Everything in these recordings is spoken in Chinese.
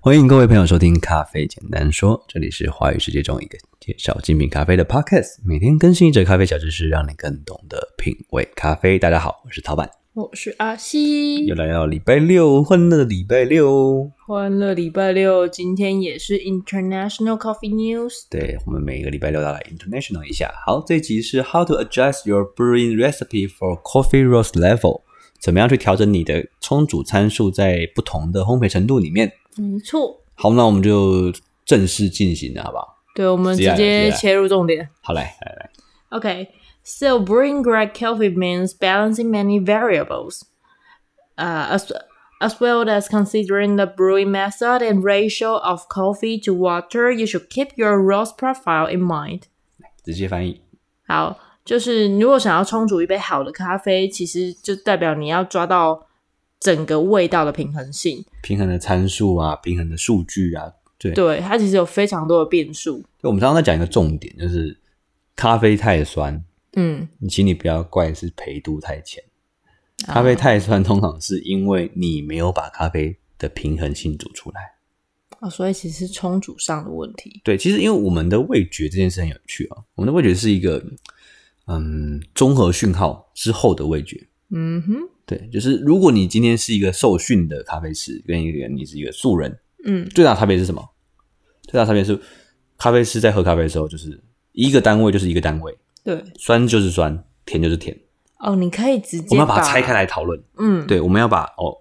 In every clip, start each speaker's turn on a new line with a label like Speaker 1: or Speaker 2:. Speaker 1: 欢迎各位朋友收听《咖啡简单说》，这里是华语世界中一个介绍精品咖啡的 podcast，每天更新一则咖啡小知识，让你更懂得品味咖啡。大家好，我是陶板，
Speaker 2: 我是阿西
Speaker 1: 又，来到礼拜六，欢乐的礼拜六。
Speaker 2: 欢乐礼拜六，今天也是 International Coffee News。
Speaker 1: 对我们每个礼拜六要来 international 一下。好，这集是 How to adjust your brewing recipe for coffee roast level，怎么样去调整你的冲煮参数在不同的烘焙程度里面。
Speaker 2: 没错，
Speaker 1: 好，那我们就正式进行了，好不好？
Speaker 2: 对，我们
Speaker 1: 直接
Speaker 2: 直
Speaker 1: 来直接
Speaker 2: 接
Speaker 1: 来
Speaker 2: 切入重点。
Speaker 1: 好，来来来，
Speaker 2: Okay, so brewing grad coffee means balancing many variables, uh, as, as well as considering the brewing method and ratio of coffee to water. You should keep your roast profile in mind.
Speaker 1: 直接翻译。
Speaker 2: 好，就是如果想要冲煮一杯好的咖啡，其实就代表你要抓到整个味道的平衡性。
Speaker 1: 平衡的参数啊，平衡的数据啊，对。
Speaker 2: 对，它其实有非常多的变数。
Speaker 1: 就我们刚刚在讲一个重点，就是咖啡太酸，
Speaker 2: 嗯，
Speaker 1: 请你不要怪是焙度太浅。咖啡太酸，通常是因为你没有把咖啡的平衡性煮出来。
Speaker 2: 哦，所以其实是冲煮上的问题。
Speaker 1: 对，其实因为我们的味觉这件事很有趣啊、我们的味觉是一个嗯综合讯号之后的味觉。
Speaker 2: 嗯哼，
Speaker 1: 对，就是如果你今天是一个受训的咖啡师，跟一个你是一个素人，
Speaker 2: 嗯，
Speaker 1: 最大差别是什么？最大差别是咖啡师在喝咖啡的时候，就是一个单位就是一个单位，
Speaker 2: 对。
Speaker 1: 酸就是酸，甜就是甜。
Speaker 2: 哦，你可以直接
Speaker 1: 我们要把它拆开。来讨论。
Speaker 2: 嗯，
Speaker 1: 对，我们要把哦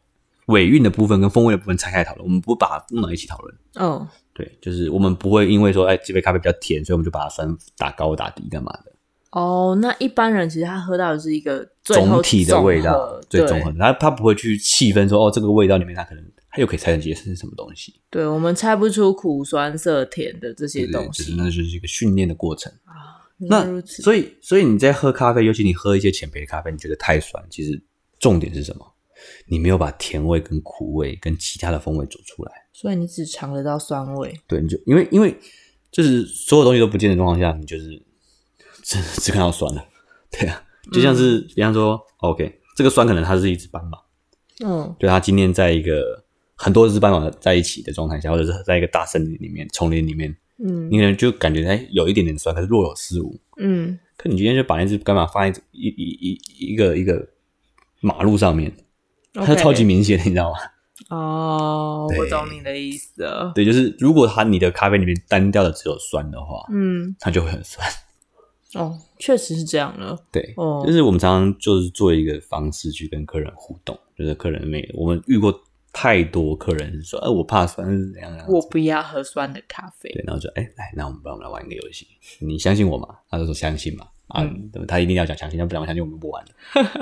Speaker 1: 尾韵的部分跟风味的部分拆开来讨论，我们不把它弄到一起讨论。
Speaker 2: 哦，
Speaker 1: 对，就是我们不会因为说，哎，这杯咖啡比较甜，所以我们就把它酸打高打低干嘛的。
Speaker 2: 哦，那一般人其实他喝到的是一个最后
Speaker 1: 总体的味
Speaker 2: 综
Speaker 1: 道
Speaker 2: 合
Speaker 1: 最
Speaker 2: 对
Speaker 1: 综合的，它它不会去细分说，哦，这个味道里面它可能它又可以拆成解是什么东西。
Speaker 2: 对，我们猜不出苦、酸、涩、甜的这
Speaker 1: 对
Speaker 2: 些
Speaker 1: 对对，
Speaker 2: 东
Speaker 1: 就是
Speaker 2: 西
Speaker 1: 那就是一个训练的过程。嗯
Speaker 2: 啊。
Speaker 1: 那
Speaker 2: 原来如此，
Speaker 1: 所以，所以你在喝咖啡，尤其你喝一些浅焙的咖啡，你觉得太酸，其实重点是什么？你没有把甜味跟苦味跟其他的风味煮出来。
Speaker 2: 所以你只尝得到酸味。
Speaker 1: 对，你就因为因为就是所有东西都不见的状况下，你就是只只看到酸了。对啊，就像是、比方说，OK，这个酸可能它是一只斑马，
Speaker 2: 嗯，
Speaker 1: 就它今天在一个很多只斑马在一起的状态下，或者是在一个大森林里面、丛林里面，
Speaker 2: 嗯
Speaker 1: 你可能就感觉哎有一点点酸，可是若有似无。
Speaker 2: 嗯，
Speaker 1: 可你今天就把那只干嘛放在一一一一个一个马路上面，它
Speaker 2: OK
Speaker 1: 超级明显，你知道吗？
Speaker 2: 哦，我
Speaker 1: 对
Speaker 2: 懂你的意思了。
Speaker 1: 对，就是如果它你的咖啡里面单调的只有酸的话，
Speaker 2: 嗯，
Speaker 1: 它就会很酸。
Speaker 2: 哦，确实是这样了。
Speaker 1: 对，
Speaker 2: 哦
Speaker 1: 就是我们常常就是做一个方式去跟客人互动，就是客人每我们遇过太多客人是说，哎，我怕酸是怎样怎样
Speaker 2: 我不要喝酸的咖啡。
Speaker 1: 对，然后就哎来，那我们帮我们来玩一个游戏，你相信我吗？他就说相信嘛，啊，
Speaker 2: 嗯
Speaker 1: 对他一定要讲相信，要不然我相信我们就不玩了。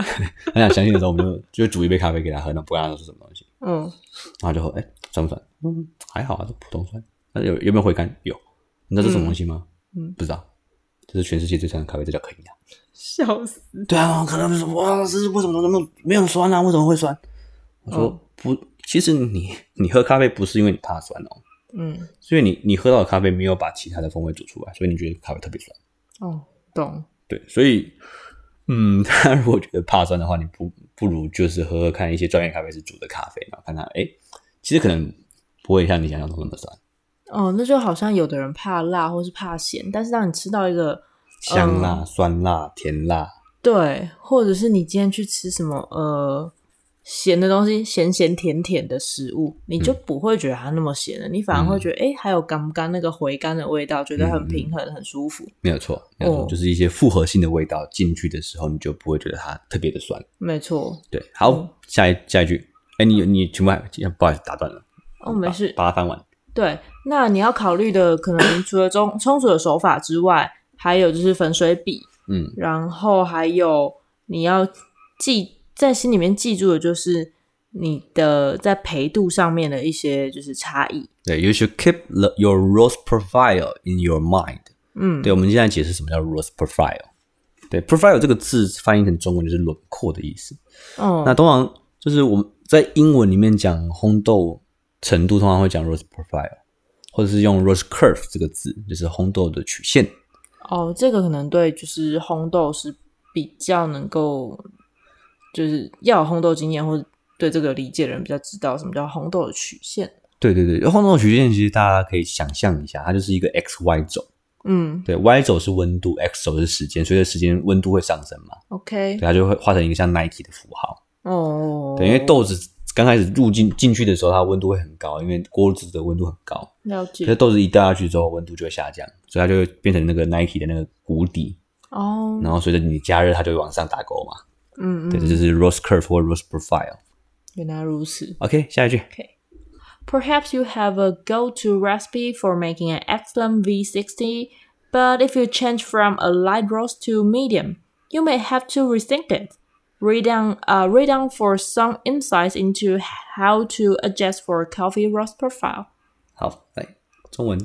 Speaker 1: 他想相信的时候，我们就就煮一杯咖啡给他喝，那不管他说什么东西，
Speaker 2: 嗯，
Speaker 1: 然后就喝，哎，酸不酸？嗯，还好啊，就普通酸。那有有没有回甘？有。你知道这是什么东西吗？
Speaker 2: 嗯嗯
Speaker 1: 不知道。这是全世界最酸的咖啡，这叫肯亚。
Speaker 2: 笑死。
Speaker 1: 对啊，可能就是哇，这是为什么那么没有酸啊？为什么会酸？我说、
Speaker 2: 哦
Speaker 1: 不，其实你你喝咖啡不是因为你怕酸哦，
Speaker 2: 嗯，
Speaker 1: 是因为你你喝到的咖啡没有把其他的风味煮出来，所以你觉得咖啡特别酸。
Speaker 2: 哦，懂。
Speaker 1: 对，所以嗯， 他如果觉得怕酸的话，你不不如就是喝喝看一些专业咖啡师煮的咖啡，然后看它哎，其实可能不会像你想象中那么酸，
Speaker 2: 哦，那就好像有的人怕辣或是怕咸，但是当你吃到一个
Speaker 1: 香
Speaker 2: 嗯
Speaker 1: 辣、酸辣、甜辣，
Speaker 2: 对，或者是你今天去吃什么呃咸的东西，咸咸甜甜的食物，你就不会觉得它那么咸了，你反而会觉得哎、诶还有刚刚那个回甘的味道，觉得很平衡、很舒服。
Speaker 1: 没有错，没有错，
Speaker 2: 哦
Speaker 1: 就是一些复合性的味道进去的时候，你就不会觉得它特别的酸。
Speaker 2: 没错。
Speaker 1: 对，好，
Speaker 2: 嗯
Speaker 1: 下一下一句，哎，你你全部还不好意思打断了，
Speaker 2: 哦，没事。
Speaker 1: 把把它翻完。
Speaker 2: 对，那你要考虑的可能除了中 冲煮的手法之外，还有就是粉水比，
Speaker 1: 嗯，
Speaker 2: 然后还有你要记在心里面记住的就是你的在陪度上面的一些就是差异。
Speaker 1: 对，you should keep the, your roast profile in your mind。
Speaker 2: 嗯，
Speaker 1: 对，我们现在解释什么叫 roast profile。对，profile 这个字翻译成中文就是轮廓的意思。
Speaker 2: 哦
Speaker 1: 那，通常就是我们在英文里面讲烘豆程度，通常会讲 roast profile，或者是用 roast curve 这个字，就是烘豆的曲线。
Speaker 2: 哦，这个可能对就是烘豆是比较能够，就是要有烘豆经验或者对这个理解的人比较知道什么叫烘豆的曲线。
Speaker 1: 对对对，晃动曲线其实大家可以想象一下，它就是一个 x y 轴，
Speaker 2: 嗯
Speaker 1: 对，y 轴是温度，x 轴是时间，随着时间温度会上升嘛，
Speaker 2: ，OK，
Speaker 1: 对，它就会画成一个像 Nike 的符号。
Speaker 2: 哦，
Speaker 1: 对，因为豆子刚开始入进进去的时候，它温度会很高，因为锅子的温度很高。
Speaker 2: 了
Speaker 1: 可是
Speaker 2: 解，
Speaker 1: 豆子一掉下去之后，温度就会下降，所以它就会变成那个 Nike 的那个谷底，
Speaker 2: 哦，
Speaker 1: 然后随着你加热，它就会往上打勾嘛。
Speaker 2: 嗯
Speaker 1: 对，这
Speaker 2: 嗯，
Speaker 1: 就是 rose curve 或 rose profile。
Speaker 2: 原来如此。
Speaker 1: OK，下一句
Speaker 2: Perhaps you have a go-to recipe for making an excellent V60, but if you change from a light roast to medium, you may have to rethink it. Read on, uh, read on for some insights into how to adjust for coffee roast profile.
Speaker 1: 好，来中文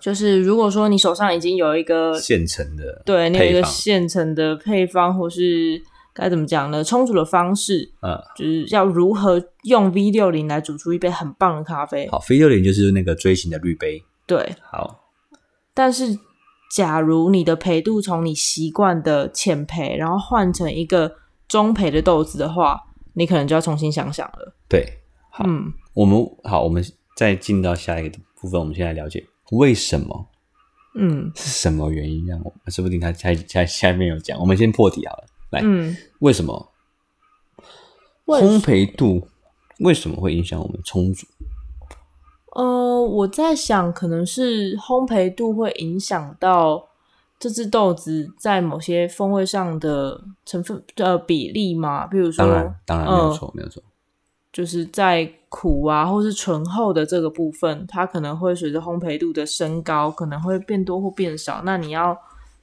Speaker 2: 就是如果说你手上已经有一个
Speaker 1: 现成的
Speaker 2: 呃对你有一
Speaker 1: 配
Speaker 2: 个
Speaker 1: 方，
Speaker 2: 现成的配方，或是该怎么讲呢？冲煮的方式，
Speaker 1: 嗯，
Speaker 2: 就是要如何用 V 六零来煮出一杯很棒的咖啡。
Speaker 1: 好，飞六零就是那个锥形的滤杯。
Speaker 2: 对，
Speaker 1: 好，
Speaker 2: 但是假如你的焙度从你习惯的浅焙，然后换成一个中焙的豆子的话，你可能就要重新想想了。
Speaker 1: 对，好
Speaker 2: 嗯，
Speaker 1: 我们好，我们再进到下一个部分，我们先来了解为什么
Speaker 2: 嗯
Speaker 1: 是什么原因让我们？说不定他下下下面有讲，我们先破题好了。来，
Speaker 2: 嗯，
Speaker 1: 为什么
Speaker 2: 为什
Speaker 1: 烘焙度为什么会影响我们冲煮？
Speaker 2: 呃，我在想，可能是烘焙度会影响到这只豆子在某些风味上的成分的比例嘛，比如说，嗯
Speaker 1: 当然，当然没有错，没有错。
Speaker 2: 就是在苦啊，或是醇厚的这个部分，它可能会随着烘焙度的升高，可能会变多或变少。那你要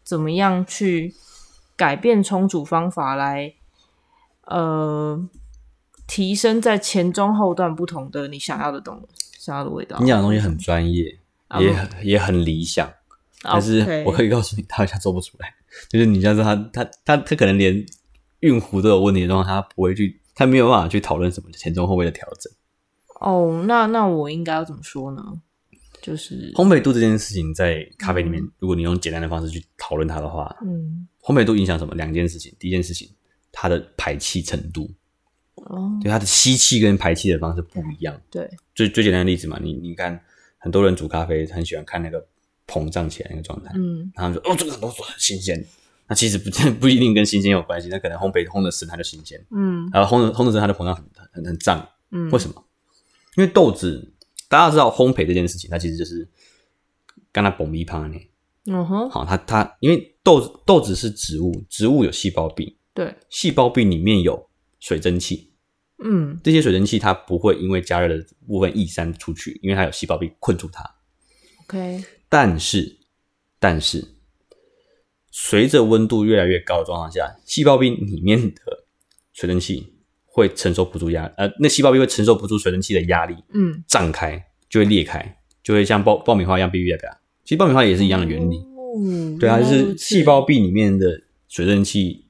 Speaker 2: 怎么样去改变冲煮方法来，呃，提升在前中后段不同的你想要的东想要的味道？
Speaker 1: 你讲的东西很专业，
Speaker 2: 啊
Speaker 1: 也很也很理想，但是
Speaker 2: OK
Speaker 1: 我可以告诉你，他好像做不出来。 就是你像是他他他他可能连韵湖都有问题的状况，他不会去，他没有办法去讨论什么前中后位的调
Speaker 2: 嗯
Speaker 1: 整。
Speaker 2: 哦，那那我应该要怎么说呢？就是
Speaker 1: 烘焙度这件事情，在咖啡里面，如果你用简单的方式去讨论它的话，
Speaker 2: 嗯
Speaker 1: 烘焙度影响什么？两件事情。第一件事情，它的排气程度，
Speaker 2: 哦
Speaker 1: 对它的吸气跟排气的方式不一样。
Speaker 2: 对
Speaker 1: 最最简单的例子嘛，你你看，很多人煮咖啡很喜欢看那个膨胀起来那个状态，
Speaker 2: 嗯
Speaker 1: 然后他们说哦，这个很多很新鲜。那其实不 不一定跟新鲜有关系，那可能烘焙烘的深它就新鲜，
Speaker 2: 嗯
Speaker 1: 然后烘的烘的深它就膨胀很很很胀。
Speaker 2: 嗯，
Speaker 1: 为什么？因为豆子大家知道烘焙这件事情，它其实就是刚才蹦一旁呢。
Speaker 2: 嗯哼
Speaker 1: 好，它它因为豆子豆子是植物，植物有细胞壁，
Speaker 2: 对
Speaker 1: 细胞壁里面有水蒸气，
Speaker 2: 嗯
Speaker 1: 这些水蒸气它不会因为加热的部分逸散出去，因为它有细胞壁困住它。
Speaker 2: OK
Speaker 1: 但是，但是，随着温度越来越高的状况下，细胞壁里面的水蒸气会承受不住压，呃，那细胞壁会承受不住水蒸气的压力，
Speaker 2: 嗯
Speaker 1: 胀开就会裂开，就会像爆爆米花一样哔哔哔哔。其实爆米花也是一样的原理，
Speaker 2: 哦
Speaker 1: 对啊，就
Speaker 2: 原来如
Speaker 1: 是
Speaker 2: 此
Speaker 1: 细胞壁里面的水蒸气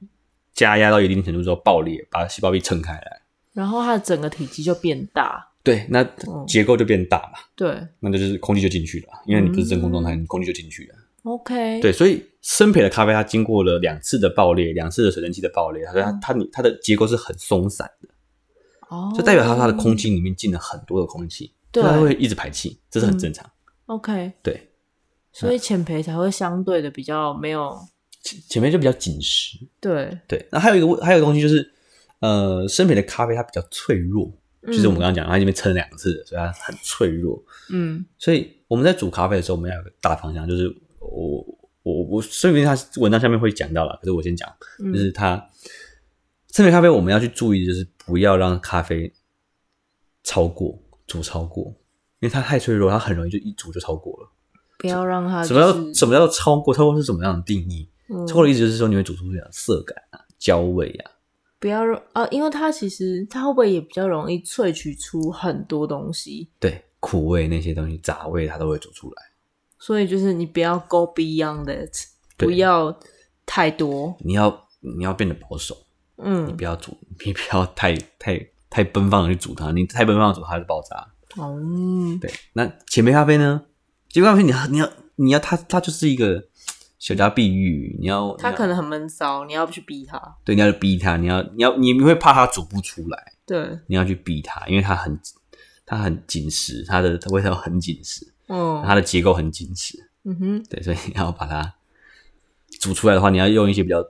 Speaker 1: 加压到一定程度之后爆裂，把细胞壁撑开来。
Speaker 2: 然后它的整个体积就变大，
Speaker 1: 对，那结构就变大嘛，
Speaker 2: 对
Speaker 1: 那就是空气就进去了，因为你不是真空状态，你空气就进去了。
Speaker 2: ，OK，
Speaker 1: 对，所以生培的咖啡它经过了两次的爆裂，两次的水蒸气的爆裂，所以它它它它的结构是很松散的，
Speaker 2: 哦，
Speaker 1: 就代表它它的空气里面进了很多的空气，所以它
Speaker 2: 对
Speaker 1: 会一嗯直排气，这是很正常。
Speaker 2: OK，
Speaker 1: 对，
Speaker 2: 所以浅培才会相对的比较没有
Speaker 1: 前前面就比较紧实。
Speaker 2: 对，
Speaker 1: 对，那还有一个问还有一个东西就是，呃，生培的咖啡它比较脆弱，就是我们刚刚讲它已经被撑两次了，所以它很脆弱。
Speaker 2: 嗯
Speaker 1: 所以我们在煮咖啡的时候，我们要有个大方向，就是我我我，顺便它文章下面会讲到了，可是我先讲，
Speaker 2: 嗯
Speaker 1: 就是它生焙咖啡我们要去注意，就是不要让咖啡超过煮超过，因为它太脆弱，它很容易就一煮就超过了。
Speaker 2: 不要让它
Speaker 1: 什么叫
Speaker 2: 啊就是
Speaker 1: 什么叫做超过？超过是什么样的定义？
Speaker 2: 嗯
Speaker 1: 超过的意思就是说你会煮出这样色感啊、焦味啊。
Speaker 2: 不要让啊，因为它其实它会不会也比较容易萃取出很多东西，
Speaker 1: 对，苦味那些东西、杂味，它都会煮出来。
Speaker 2: 所以就是你不要 go beyond it，
Speaker 1: 对
Speaker 2: 不要太多，
Speaker 1: 你要你要变得保守，
Speaker 2: 嗯
Speaker 1: 不要煮，你不要太太太奔放的去煮它，你太奔放地煮它就爆炸。
Speaker 2: 哦，嗯
Speaker 1: 对，那浅焙咖啡呢？浅焙咖啡你要你要你要它它就是一个小家碧玉，你要
Speaker 2: 它
Speaker 1: 你要
Speaker 2: 可能很闷骚，你要去逼它，
Speaker 1: 对你要去逼它，你要你要你会怕它煮不出来，
Speaker 2: 对，
Speaker 1: 你要去逼它，因为它很它很紧实，它的味道很紧实，
Speaker 2: 哦，
Speaker 1: 它的结构很紧实。
Speaker 2: 嗯哼，
Speaker 1: 对，所以你要把它煮出来的话，你要用一些比较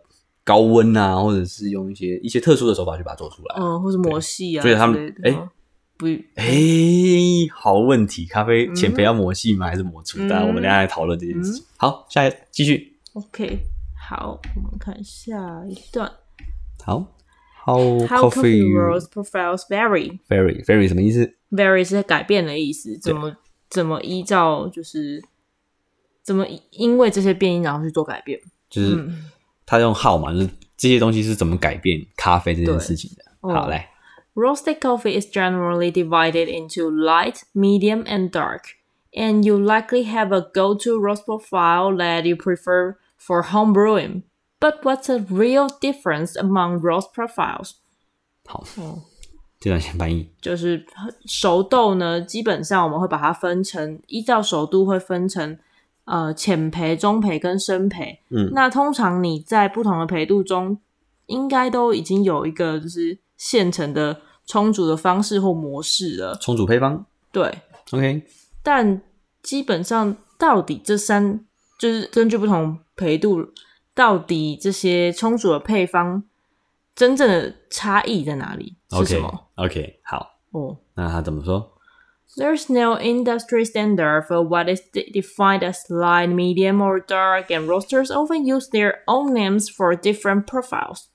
Speaker 1: 高温啊，或者是用一些一些特殊的手法去把它做出来。
Speaker 2: 哦，或者磨细啊
Speaker 1: 所
Speaker 2: 之类
Speaker 1: 以
Speaker 2: 的，
Speaker 1: 他们哎
Speaker 2: 不，
Speaker 1: 哎、好问题，咖啡
Speaker 2: 嗯
Speaker 1: 减肥要磨细吗？还是磨粗？当然，我们等一下来讨论这件事情。好，下一继续。
Speaker 2: OK，好，我们看下一段。
Speaker 1: 好，How
Speaker 2: How coffee
Speaker 1: coffee
Speaker 2: rolls profiles vary。
Speaker 1: very very 什么意思？
Speaker 2: vary 是改变的意思，怎么怎么依照就是怎么因为这些变因然后去做改变。
Speaker 1: 就是
Speaker 2: 嗯
Speaker 1: 他用 how 嘛，就是这些东西是怎么改变咖啡这件事情的。
Speaker 2: 对
Speaker 1: 好，
Speaker 2: 哦
Speaker 1: 来
Speaker 2: Roasted coffee is generally divided into light, medium, and dark, and you likely have a go to roast profile that you prefer for home brewing. But what's the real difference among roast profiles?
Speaker 1: 好
Speaker 2: 哦，
Speaker 1: 这段先翻译。
Speaker 2: 就是熟豆呢，基本上我们会把它分成，依照熟度会分成呃浅培、中培跟深培。
Speaker 1: 嗯
Speaker 2: 那通常你在不同的培度中，应该都已经有一个就是现成的冲煮的方式或模式了。
Speaker 1: 重组配方
Speaker 2: 对，
Speaker 1: ，OK，
Speaker 2: 但基本上到底这三就是根据不同培度，到底这些冲煮的配方真正的差异在哪里是什
Speaker 1: OK
Speaker 2: 么？
Speaker 1: OK，好，
Speaker 2: 哦、
Speaker 1: 那他怎么说？
Speaker 2: There's no industry standard for what is de- defined as light, medium, or dark, and roasters often use their own names for different profiles.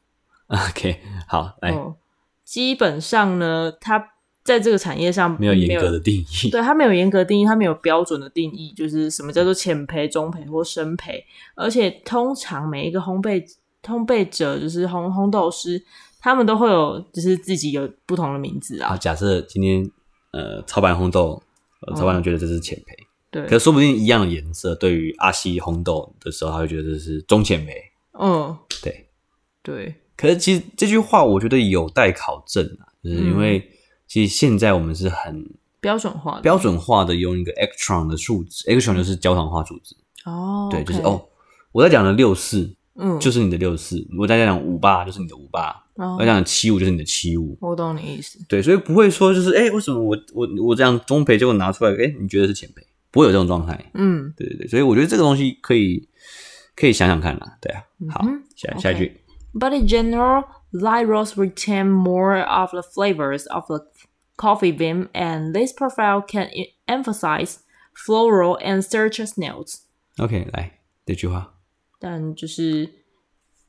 Speaker 1: OK，好，来，
Speaker 2: 哦，基本上呢，它在这个产业上
Speaker 1: 没有严格的定义。
Speaker 2: 对嗯它没有严格定义，它没有标准的定义，就是什么叫做浅培、中培或深培，而且通常每一个烘焙烘焙者就是烘烘豆师，他们都会有就是自己有不同的名字
Speaker 1: 好，
Speaker 2: 啊，
Speaker 1: 假设今天呃超白红豆，
Speaker 2: 哦
Speaker 1: 呃超白觉得这是浅焙，
Speaker 2: 对，
Speaker 1: 可说不定一样的颜色，对于阿西烘豆的时候，他会觉得这是中浅焙。
Speaker 2: 嗯，
Speaker 1: 对，
Speaker 2: 对，
Speaker 1: 可是其实这句话我觉得有待考证啊，就是
Speaker 2: 嗯
Speaker 1: 因为其实现在我们是很
Speaker 2: 标准化的
Speaker 1: 标准化的用一个 electron 的数值，electron 就是焦糖化数值，
Speaker 2: 哦，
Speaker 1: 对，就是
Speaker 2: OK
Speaker 1: 哦，我在讲的六四
Speaker 2: 嗯，
Speaker 1: 就是你的六四，我在讲五八就是你的五八，
Speaker 2: 哦
Speaker 1: 我在讲七五就是你的七五，
Speaker 2: 我懂你意思。
Speaker 1: 对，所以不会说就是哎、诶为什么我我我这样中培，结果拿出来，哎、你觉得是前培，不会有这种状态。
Speaker 2: 嗯
Speaker 1: 对对对，所以我觉得这个东西可以可以想想看啦，对啊。好，
Speaker 2: 嗯
Speaker 1: 下
Speaker 2: OK
Speaker 1: 下一句
Speaker 2: ，But in general, light roasts retain more of the flavors of the coffee bean, and this profile can e- emphasize floral and citrus notes.
Speaker 1: ，OK，来这句话
Speaker 2: 但就是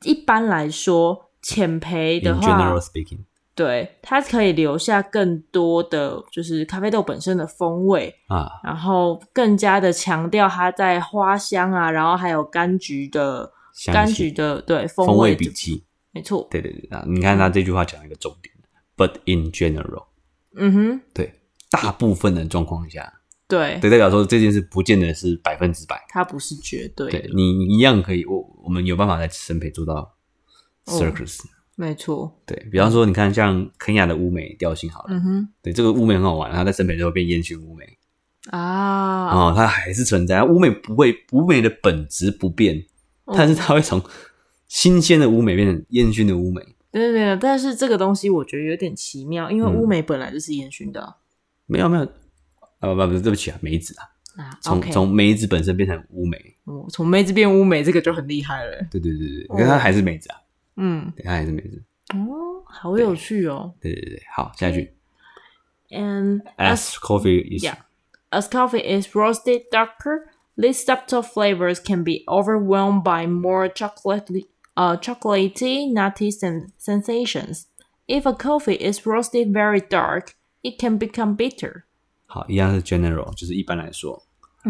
Speaker 2: 一般来说，浅焙
Speaker 1: ，In
Speaker 2: 的
Speaker 1: general
Speaker 2: 话，
Speaker 1: speaking，
Speaker 2: 对它可以留下更多的就是咖啡豆本身的风味，
Speaker 1: 啊，
Speaker 2: 然后更加的强调它在花香啊，然后还有柑橘的
Speaker 1: 香
Speaker 2: 柑
Speaker 1: 气
Speaker 2: 橘的对风嗯
Speaker 1: 风味
Speaker 2: 的
Speaker 1: 笔记，
Speaker 2: 没错，
Speaker 1: 对对对啊，你看他这句话讲了一个重点，But in general，
Speaker 2: 嗯哼，
Speaker 1: 对，大部分的状况下，
Speaker 2: 对，
Speaker 1: 对，代表说这件事不见得是百分之百，
Speaker 2: 它不是绝对的，
Speaker 1: 对你一样可以，我我们有办法在生培做到
Speaker 2: 哦
Speaker 1: circus，、
Speaker 2: 没错，
Speaker 1: 对比方说，你看像肯亚的乌梅调性好了，
Speaker 2: 嗯哼，
Speaker 1: 对这个乌梅很好玩，它在生培之后变烟熏乌梅
Speaker 2: 啊，
Speaker 1: 啊、它还是存在。乌梅不会，乌梅的本质不变，但是
Speaker 2: 哦
Speaker 1: 它会从新鲜的乌梅变成烟熏的乌梅。
Speaker 2: 对对对，但是这个东西我觉得有点奇妙，因为
Speaker 1: 嗯
Speaker 2: 乌梅本来就是烟熏的啊
Speaker 1: 没有没有，啊不不不，对不起啊，梅子啊，
Speaker 2: 啊
Speaker 1: 从
Speaker 2: OK
Speaker 1: 从梅子本身变成乌梅。
Speaker 2: 哦从梅子变乌梅，这个就很厉害了，
Speaker 1: 对对对对，
Speaker 2: 哦
Speaker 1: 可是它还是梅子啊，
Speaker 2: 嗯，
Speaker 1: 对，它还是梅子。
Speaker 2: 哦，好有趣哦
Speaker 1: 对对对，对好，下一句。
Speaker 2: ，and
Speaker 1: As coffee is
Speaker 2: 嗯 Yeah. As coffee is roasted darker, these subtle flavors can be overwhelmed by more chocolatey, uh, chocolatey nutty sen- sensations. If a coffee is roasted very dark, it can become bitter.
Speaker 1: 好，一样是 general，就是一般来说，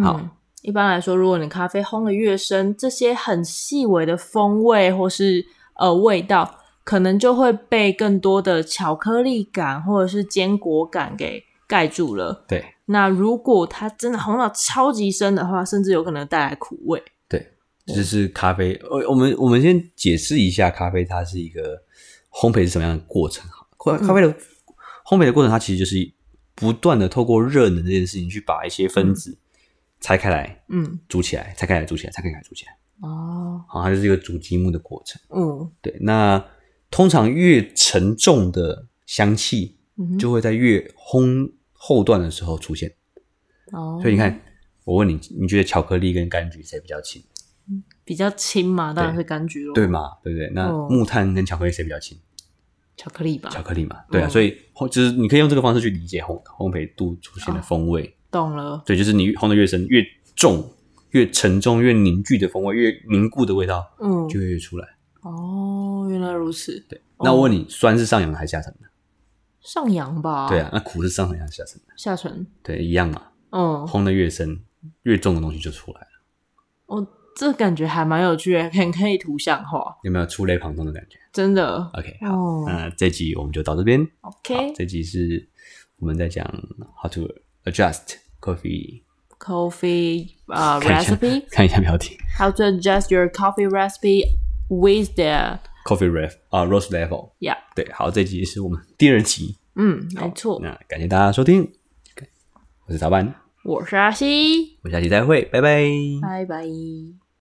Speaker 1: 好
Speaker 2: 嗯，一般来说，如果你咖啡烘的越深，这些很细微的风味或是呃味道，可能就会被更多的巧克力感或者是坚果感给盖住了。
Speaker 1: 对
Speaker 2: 那如果它真的红到超级深的话，甚至有可能带来苦味。
Speaker 1: 对，这就是咖啡。呃，我们我们先解释一下咖啡，它是一个烘焙是什么样的过程好了。咖咖啡
Speaker 2: 嗯
Speaker 1: 的、烘焙的过程，它其实就是不断的透过热能这件事情，去把一些分子拆开来
Speaker 2: 嗯，
Speaker 1: 煮起来，拆开来煮起来，拆开来煮起来。
Speaker 2: 哦，
Speaker 1: 好，它就是一个煮积木的过程。
Speaker 2: 嗯
Speaker 1: 对，那通常越沉重的香气，
Speaker 2: 嗯哼
Speaker 1: 就会在越烘后段的时候出现。
Speaker 2: 哦，
Speaker 1: 所以你看，我问你，你觉得巧克力跟柑橘谁比较轻？
Speaker 2: 比较轻嘛，当然是柑橘咯，
Speaker 1: 对，嘛？对不对？那
Speaker 2: 哦
Speaker 1: 木炭跟巧克力谁比较轻？
Speaker 2: 巧克力吧，
Speaker 1: 巧克力嘛，对啊，
Speaker 2: 嗯
Speaker 1: 所以烘就是你可以用这个方式去理解烘烘焙度出
Speaker 2: 哦
Speaker 1: 现的风味，
Speaker 2: 懂了，
Speaker 1: 对，就是你烘的越深越重、越沉重、越凝聚的风味，越凝固的味道
Speaker 2: 嗯，
Speaker 1: 就会越出来。
Speaker 2: 哦，原来如此，
Speaker 1: 对，
Speaker 2: 哦
Speaker 1: 那我问你，酸是上扬的还是下沉的？
Speaker 2: 上扬吧，
Speaker 1: 对啊，，那苦是上扬还是下沉的？
Speaker 2: 下唇，
Speaker 1: 对，一样嘛，
Speaker 2: 嗯，
Speaker 1: 烘的越深越重的东西就出来了，
Speaker 2: 哦，这感觉还蛮有趣的，很可以图像化，
Speaker 1: 有没有触类旁通的感觉
Speaker 2: 真的
Speaker 1: ？OK，好，
Speaker 2: 哦
Speaker 1: 那这集我们就到这边。好
Speaker 2: ，OK，
Speaker 1: 这集是我们在讲 how to adjust coffee，
Speaker 2: coffee uh,
Speaker 1: 看一下
Speaker 2: recipe
Speaker 1: 看一下标题
Speaker 2: how to adjust your coffee recipe with the
Speaker 1: coffee ref 啊、roast level。
Speaker 2: yeah
Speaker 1: 对，好，这集是我们第二集，
Speaker 2: 嗯没错
Speaker 1: 那感谢大家收听，我是早班，
Speaker 2: 我是阿西
Speaker 1: 我们下期再会，拜拜
Speaker 2: 拜拜。